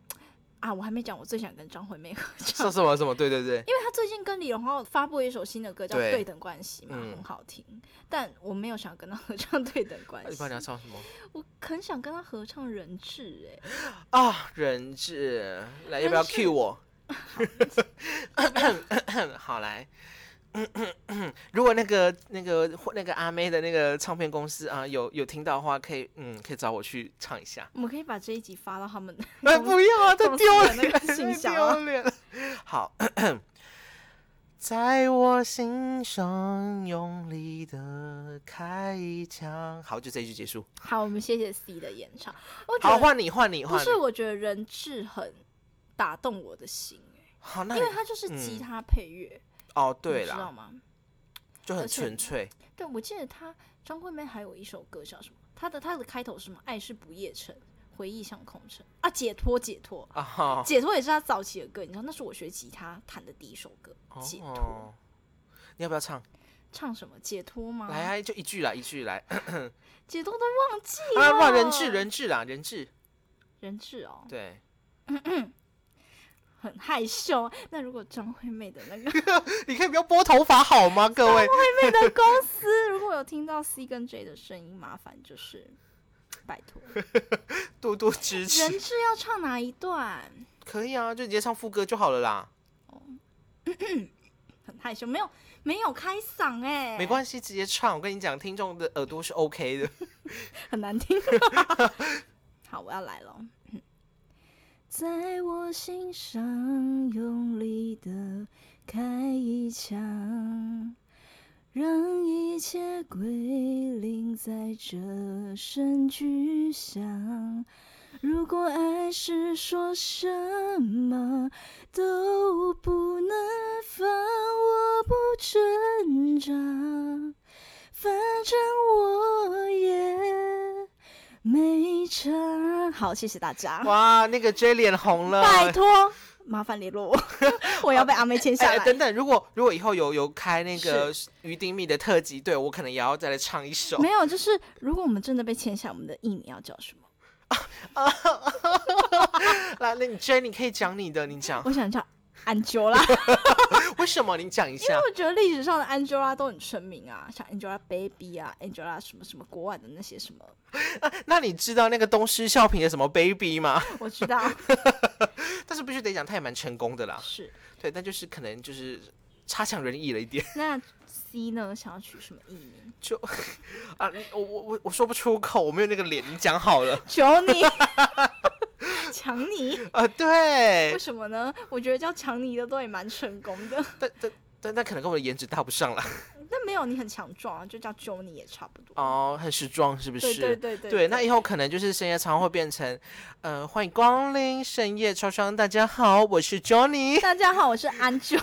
Speaker 2: 啊，我还没讲，我最想跟张惠妹合唱
Speaker 1: 说。什么什么？对对对。
Speaker 2: 因为他最近跟李荣浩发布了一首新的歌叫《
Speaker 1: 对
Speaker 2: 对等关系》嘛，
Speaker 1: 嗯
Speaker 2: 很好听。但我没有想跟他合唱《对等关
Speaker 1: 那你
Speaker 2: 系
Speaker 1: 不知道你要》，唱什么
Speaker 2: 我很想跟他合唱《人质》哎，
Speaker 1: 啊？人质，来，要不要
Speaker 2: 人质
Speaker 1: cue 我？好来， *coughs* 如果那个那个那个阿妹的那个唱片公司啊，有有听到的话，可以嗯，可以找我去唱一下。
Speaker 2: 我们可以把这一集发到他们的
Speaker 1: 哎，不要啊，太
Speaker 2: 公司
Speaker 1: 丢
Speaker 2: 的
Speaker 1: 脸
Speaker 2: 那
Speaker 1: 了，
Speaker 2: 个
Speaker 1: 太
Speaker 2: 信箱啊
Speaker 1: 丢脸了。好， *coughs* 在我心上用力的开一枪。好，就这一句结束。
Speaker 2: 好，我们谢谢 C 的演唱。我觉
Speaker 1: 好，
Speaker 2: 得
Speaker 1: 换你，换你，
Speaker 2: 不
Speaker 1: 换你
Speaker 2: 是，。我觉得任志很打动我的心，
Speaker 1: 好，那
Speaker 2: 因
Speaker 1: 你
Speaker 2: 为他就是
Speaker 1: 嗯
Speaker 2: 吉他配乐，
Speaker 1: 哦，对
Speaker 2: 你知道
Speaker 1: 啦，
Speaker 2: 吗？
Speaker 1: 就很
Speaker 2: 而且
Speaker 1: 纯粹。
Speaker 2: 对，我记得他张惠妹还有一首歌叫什么？她的她的开头是什么？爱是不夜城，回忆像空城啊，解脱解脱，
Speaker 1: 啊哈，
Speaker 2: 解脱也是她早期的歌，你知道那是我学吉他弹的第一首歌，解脱。
Speaker 1: 哦你要不要唱？
Speaker 2: 唱什么解脱吗？
Speaker 1: 来啊，就一句啦，一句来。
Speaker 2: 解脱都忘记了。
Speaker 1: 啊，哇，人质，人质啦，人质。
Speaker 2: 人质哦，
Speaker 1: 对，
Speaker 2: 很害羞。那如果张惠妹的那个
Speaker 1: *laughs* 你可以不要拨头发好吗，各位？
Speaker 2: 惠妹的公司，如果有听到 C 跟 J 的声音，麻烦就是拜托，
Speaker 1: 多多支持。
Speaker 2: 人质要唱哪一段？
Speaker 1: 可以啊，就直接唱副歌就好了啦，
Speaker 2: 很害羞，没有没有开嗓哎、
Speaker 1: 没关系，直接唱。我跟你讲，听众的耳朵是 OK 的。
Speaker 2: *laughs* 很难听。好，我要来了。在我心上用力的开一枪，让一切归零，在这声巨响。如果爱是说什么都不能放，我不挣扎。反正我也没差。好，谢谢大家。
Speaker 1: 哇，那个 J 脸红了。
Speaker 2: *laughs* 拜托，麻烦联络
Speaker 1: *laughs*
Speaker 2: 我，我要被阿妹签下
Speaker 1: 哎、
Speaker 2: 来。
Speaker 1: 哎等等，如果如果以后有有开那个于丁密的特辑，对我可能也要再来唱一首。
Speaker 2: 没有，就是如果我们真的被签下，我们的艺名要叫什么？
Speaker 1: 来，那你 J，你可以讲你的，你讲
Speaker 2: 我想叫
Speaker 1: *laughs*
Speaker 2: Angela，
Speaker 1: 为什么？你讲一
Speaker 2: 因
Speaker 1: 下
Speaker 2: 为。我觉得历史上的 Angela 都很成名啊，像 Angela Baby 啊，Angela 什么什么国外的那些什么，
Speaker 1: 那你知道那个东施效颦的什么 Baby 吗？ *laughs*
Speaker 2: 我知道
Speaker 1: 但是必须得讲，他也蛮成功的啦。
Speaker 2: 是。
Speaker 1: 对，但就是可能就是差强人意了一点 *laughs*
Speaker 2: 那 C 呢，想要取什么艺名？
Speaker 1: 啊！你我我我我说不出口，我没有那个脸，你讲好
Speaker 2: *laughs*
Speaker 1: 了。
Speaker 2: 求
Speaker 1: *laughs*
Speaker 2: 你，抢你。
Speaker 1: 啊，对
Speaker 2: 为，什么呢？我觉得叫强尼的都也蛮成功的，
Speaker 1: 但但但但可能跟我的颜值搭不上了。
Speaker 2: 但没有你很强壮啊，就叫 Johnny 也差不多。
Speaker 1: 哦，很时装是不
Speaker 2: 对
Speaker 1: 是？
Speaker 2: 对对对
Speaker 1: 对那以后可能就是深夜常会变成，呃，欢迎光临深夜超商，大家好，我是 Johnny。*laughs*
Speaker 2: *laughs* 大家好，我是安九。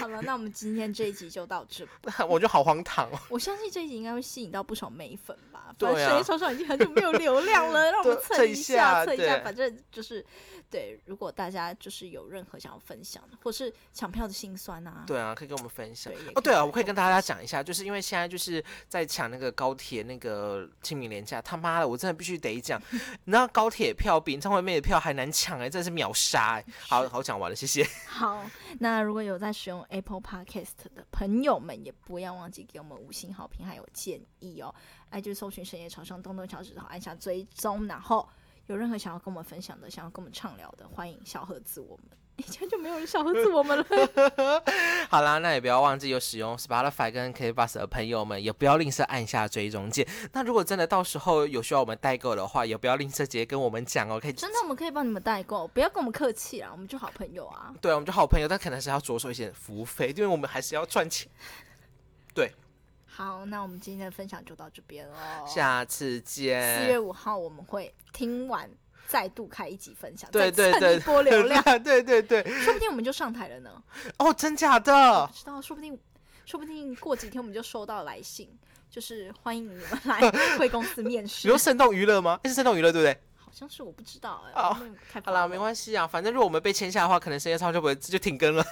Speaker 2: 好了，那我们今天这一集就到这。
Speaker 1: 我就好荒唐哦。
Speaker 2: 我相信这一集应该会吸引到不少美粉吧。
Speaker 1: 对啊
Speaker 2: 反正谁手上已经很久没有流量
Speaker 1: *laughs*
Speaker 2: 了，让我们
Speaker 1: 对
Speaker 2: 蹭
Speaker 1: 蹭
Speaker 2: 一
Speaker 1: 一下
Speaker 2: 蹭一下。
Speaker 1: 对
Speaker 2: 反正就是，对，如果大家就是有任何想要分享的，或是抢票的辛酸啊，
Speaker 1: 对啊，可以跟我们分享
Speaker 2: 对。也
Speaker 1: 哦，对啊，我可以
Speaker 2: 跟
Speaker 1: 跟大家讲一下，就是因为现在就是在抢那个高铁那个清明廉价，他妈的，我真的必须得讲，
Speaker 2: *laughs*
Speaker 1: 你知道高铁票比演唱会妹的票还难抢哎、真的是秒杀哎、好好讲完了，谢谢。 *laughs*
Speaker 2: 好，那如果有在使用 Apple Podcast 的朋友们，也不要忘记给我们五星好评还有建议哦。IG 搜寻深夜朝上，动动小指头按下追踪，然后有任何想要跟我们分享的，想要跟我们畅聊的，欢迎小盒子我们。 *laughs* 以前就没有人小盒子
Speaker 1: *laughs*
Speaker 2: 我们了。
Speaker 1: 好啦，那也不要忘记有使用 Spotify 跟 KBox 的朋友们，也不要吝啬按下追踪键。那如果真的到时候有需要我们代购的话，也不要吝啬直接跟我们讲哦，可以。
Speaker 2: 真的，我们可以帮你们代购，不要跟我们客气啦，我们就好朋友啊。
Speaker 1: 对，我们就好朋友，但可能是要着手一些服务费，因为我们还是要赚钱。
Speaker 2: 好，那我们今天的分享就到这边喽。
Speaker 1: 下次见。
Speaker 2: 四月五号我们会听完再度开一集分享，
Speaker 1: 对对
Speaker 2: 再蹭
Speaker 1: 对，
Speaker 2: 一波流
Speaker 1: *laughs*
Speaker 2: 量，，
Speaker 1: 对对对。
Speaker 2: 说不定我们就上台了呢。
Speaker 1: 哦，真假 *laughs*
Speaker 2: 我
Speaker 1: 的
Speaker 2: 不？知道，说不定，说不定过几天我们就收到来信，就是欢迎你们来
Speaker 1: *laughs*
Speaker 2: 贵公司面
Speaker 1: 你
Speaker 2: 试
Speaker 1: 说。生动娱乐吗？诶是生动娱乐对不对？
Speaker 2: 好像是我不知道哎、
Speaker 1: 哦
Speaker 2: 我没有太
Speaker 1: 好啦，
Speaker 2: follow
Speaker 1: 没关系啊，反正如果我们被签下的话，可能深夜超就不会就停更了。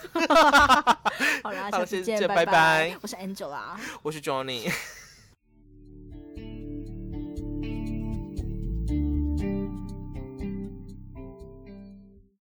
Speaker 2: 好啦，
Speaker 1: 好
Speaker 2: 下
Speaker 1: 谢
Speaker 2: 次
Speaker 1: 谢
Speaker 2: 见，
Speaker 1: 拜拜
Speaker 2: 拜。我是 Angela，啊
Speaker 1: 我是 Johnny。